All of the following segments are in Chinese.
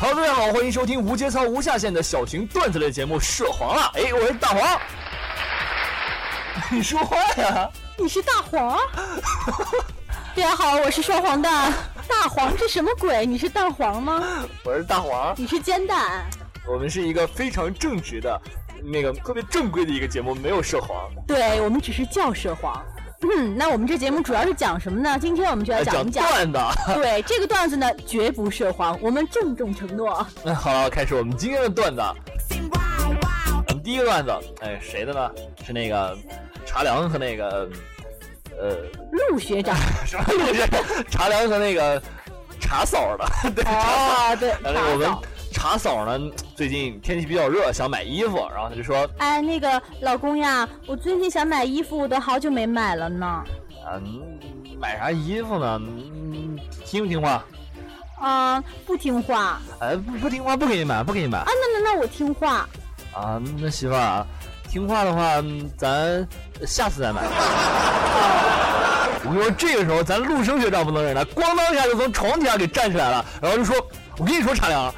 好，欢迎收听无节操无下限的小型段子类节目《涉黄了》。哎，我是大黄。 你说话呀！你是大黄？ 大家好，我是说黄蛋。大黄是什么鬼？你是蛋黄吗？我是大黄。你是煎蛋？我们是一个非常正直的，那个特别正规的一个节目，没有涉黄。对，我们只是叫涉黄。嗯，那我们这节目主要是讲什么呢？今天我们就来讲一哎讲。哎段子。 对，这个段子呢，绝不涉黄，我们郑重承诺。那好，开始我们今天的段子。我们第一个段子，哎，谁的呢？是那个茶凉和那个，呃， 陆学长，什么东西？茶凉和那个茶嫂的， 对，哦，对，然茶哎后我们嫂茶嫂呢，最近天气比较热，想买衣服，然后她就说，哎，那个老公呀，我最近想买衣服，我都好久没买了呢。嗯，买啥衣服呢？嗯，听不听话？啊、不听话啊？哎，不不听话，不给你买，不给你买那那那我听话。啊！那媳妇儿啊，听话的话，嗯咱下次再买。 我跟你说，这个时候咱陆生学长不能忍了，咣当一下就从床底下给站起来了，然后就说：“我跟你说，茶凉，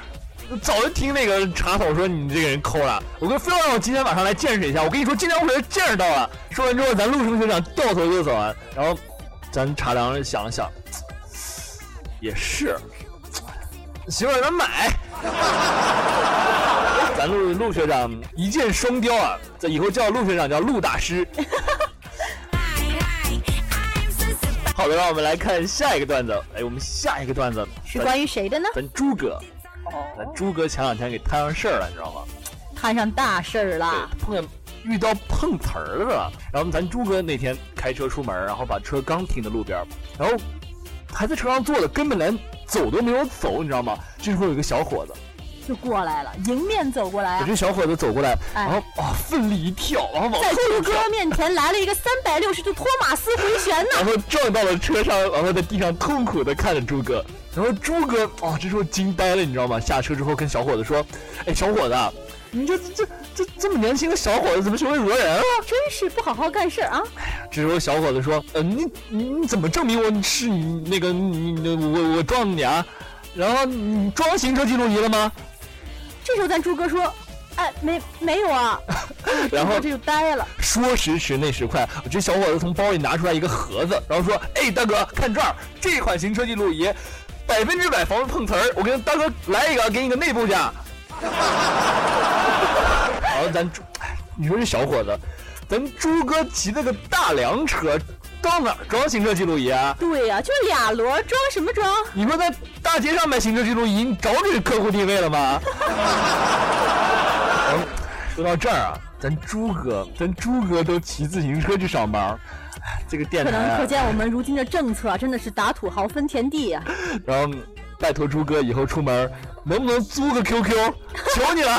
早就听那个茶嫂说你这个人抠了，我跟非要让我今天晚上来见识一下。我跟你说，今天我可是见识到了。”说完之后，咱陆生学长掉头就走了。然后，咱茶凉想了想，也是，媳妇儿咱买。咱陆陆学长一箭双雕啊，这以后叫陆学长叫陆大师。好的，让我们来看下一个段子。哎，我们下一个段子是关于哦谁的呢？咱咱朱哥，咱朱哥前两天给摊上事儿了，你知道吗？摊上大事儿了。对，碰见遇到碰瓷儿的了。然后咱朱哥那天开车出门，然后把车刚停在路边儿，然后还在车上坐着，根本连走都没有走，你知道吗？这时候有个小伙子，就过来了，迎面走过来有啊，这小伙子走过来，哎然后啊奋力一跳，然后往在后朱跳哥面前来了一个三百六十度托马斯回旋 呢。然后撞到了车上，然后在地上痛苦的看着朱哥，然后朱哥哦，这时候惊呆了，你知道吗？下车之后跟小伙子说：“哎，小伙子啊，你这这这这么年轻的小伙子，怎么学会讹人了啊真是不好好干事儿啊！？”这时候小伙子说：“呃，你你你怎么证明我是你那个你你我我撞你啊？然后你装行车记录仪了吗这时候咱朱哥说：“哎，没没有啊。？” 然后这就呆了。说时迟，那时快，这小伙子从包里拿出来一个盒子，然后说：“哎，大哥，看这儿，这款行车记录仪，百分之百防止碰瓷儿。我跟大哥来一个，给你个内部价。”然后咱朱，哎你说这小伙子，咱朱哥骑那个大梁车，到哪儿装行车记录仪啊？对呀、就俩轮儿装什么装？你说在大街上买行车记录仪，你找你的客户定位了吗？嗯 说到这儿啊，咱朱哥，咱朱哥都骑自行车去上班儿，哎这个电可台、能可啊，见我们如今的政策啊真的是打土豪分 田地呀、然后拜托朱哥以后出门儿能不能租个 QQ，求你了。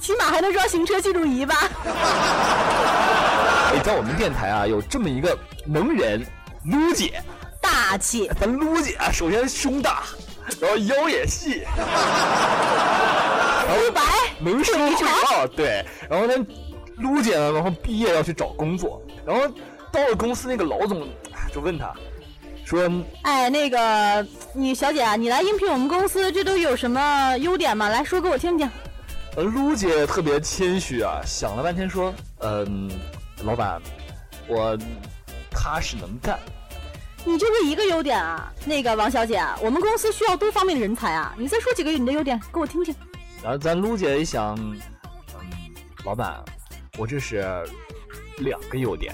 起码还能装行车记录仪吧？ 哎，在我们电台啊，有这么一个能人撸姐，大气，咱撸姐啊，首先胸大，然后腰也 细，然后白能说会道，对。然后呢，撸姐呢，然后毕业要去找工作，然后到了公司那个老总哎就问他，说嗯哎，那个女小姐啊，你来应聘我们公司，这都有什么优点吗？来说给我听听。呃撸姐特别谦虚啊，想了半天说，嗯、老板，我踏实能干。你这是一个优点啊，那个王小姐啊，我们公司需要多方面的人才啊。你再说几个你的优点给我听听。然后咱撸姐一想，嗯，老板，我这是两个优点。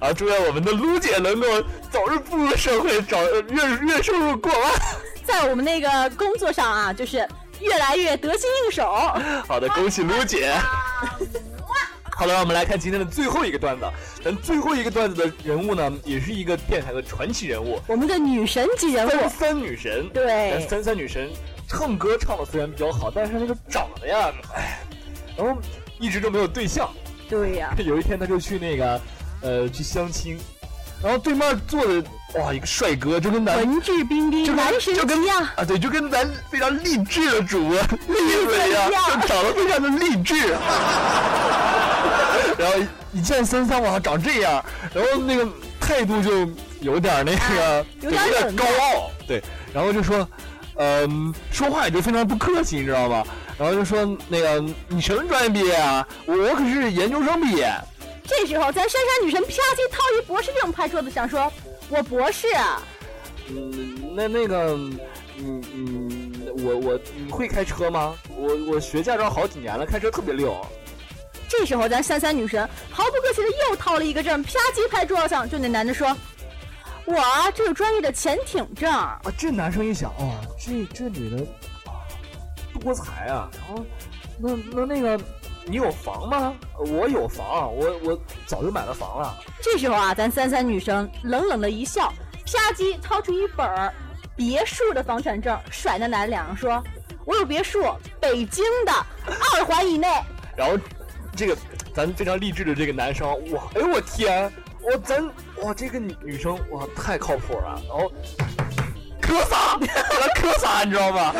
啊，祝愿我们的撸姐能够早日步入社会，找月月收入过万。在我们那个工作上啊，就是越来越得心应手。 好的，恭喜撸姐。好了，让我们来看今天的最后一个段子。咱最后一个段子的人物呢，也是一个电台的传奇人物，我们的女神级人三物，三女神。对咱三三女神唱歌唱的虽然比较好，但是那个长得呀，哎，然后一直都没有对象。 对呀、有一天他就去那个，呃，去相亲，然后对面坐的哇一个帅哥，就跟咱文质彬彬，就跟男神就跟级啊。啊对，就跟咱非常励志的主 播丽子一样，一 样就长得非常的励 志。然后一见森三，哇，长这样，然后那个态度就有点那个，哎有点冷高傲，对。然后就说，嗯、说话也就非常不客气，你知道吗？然后就说那个你什么专业毕业啊？我我可是研究生毕业。这时候，咱珊珊女神啪叽掏一博士证拍桌子上说：“我博士啊，嗯，那那个，嗯嗯，我我你会开车吗？我我学驾照好几年了，开车特别溜。这时候，咱三三女神毫不客气的又掏了一个证，啪叽拍桌子上，对那男的说：“我啊，这是专业的潜艇证。啊，这男生一想，哦，这这女的啊多才啊，然后那那那个你有房吗？我有房，我我早就买了房了。”这时候啊，咱三三女神冷冷的一笑，啪叽掏出一本儿别墅的房产证，甩那男的脸上说：“我有别墅，北京的二环以内。”然后这个咱非常励志的这个男生，哇，哎呦我天，我咱哇这个女女生哇太靠谱了，然后磕仨，给他磕仨，你知道吗？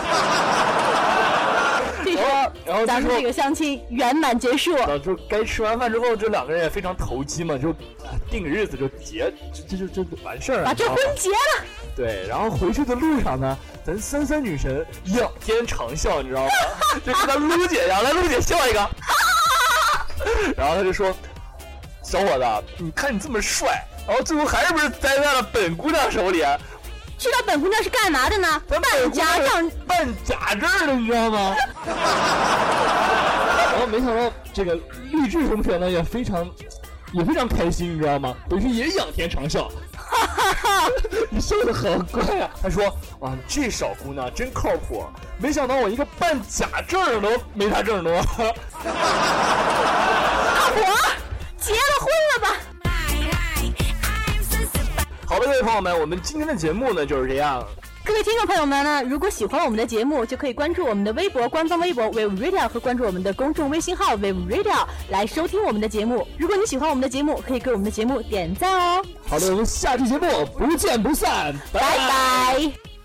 这时然候后，然后咱这们时候这个相亲圆满结束。然后就该吃完饭之后，这两个人也非常投机嘛，就啊定个日子就结，这这就这就完事儿了。把你知这道婚吗结了，对，然后回去的路上呢，咱三三女神仰天长啸，你知道吗？ 就跟咱璐姐一样，来璐姐笑一个， 然后他就说：“小伙子，你看你这么帅，然后最后还是不是栽在了本姑娘手里？啊知道本姑娘是干嘛的呢？咱本办姑娘假是账，办假证的，你知道 吗？”然后没想到这个励志同学呢也非常也非常开心，你知道吗？回去也仰天长 啸。你笑的好乖啊！他说：“哇，这小姑娘真靠谱，啊没想到我一个办假证都没她证多。我结了婚了吧？ 好的，各位朋友们，我们今天的节目呢就是这样。各位听众朋友们呢，如果喜欢我们的节目，就可以关注我们的微博官方微博 Wave Radio 和关注我们的公众微信号 Wave Radio 来收听我们的节目。如果你喜欢我们的节目，可以给我们的节目点赞哦，好的，我们下期节目不见不散，拜拜拜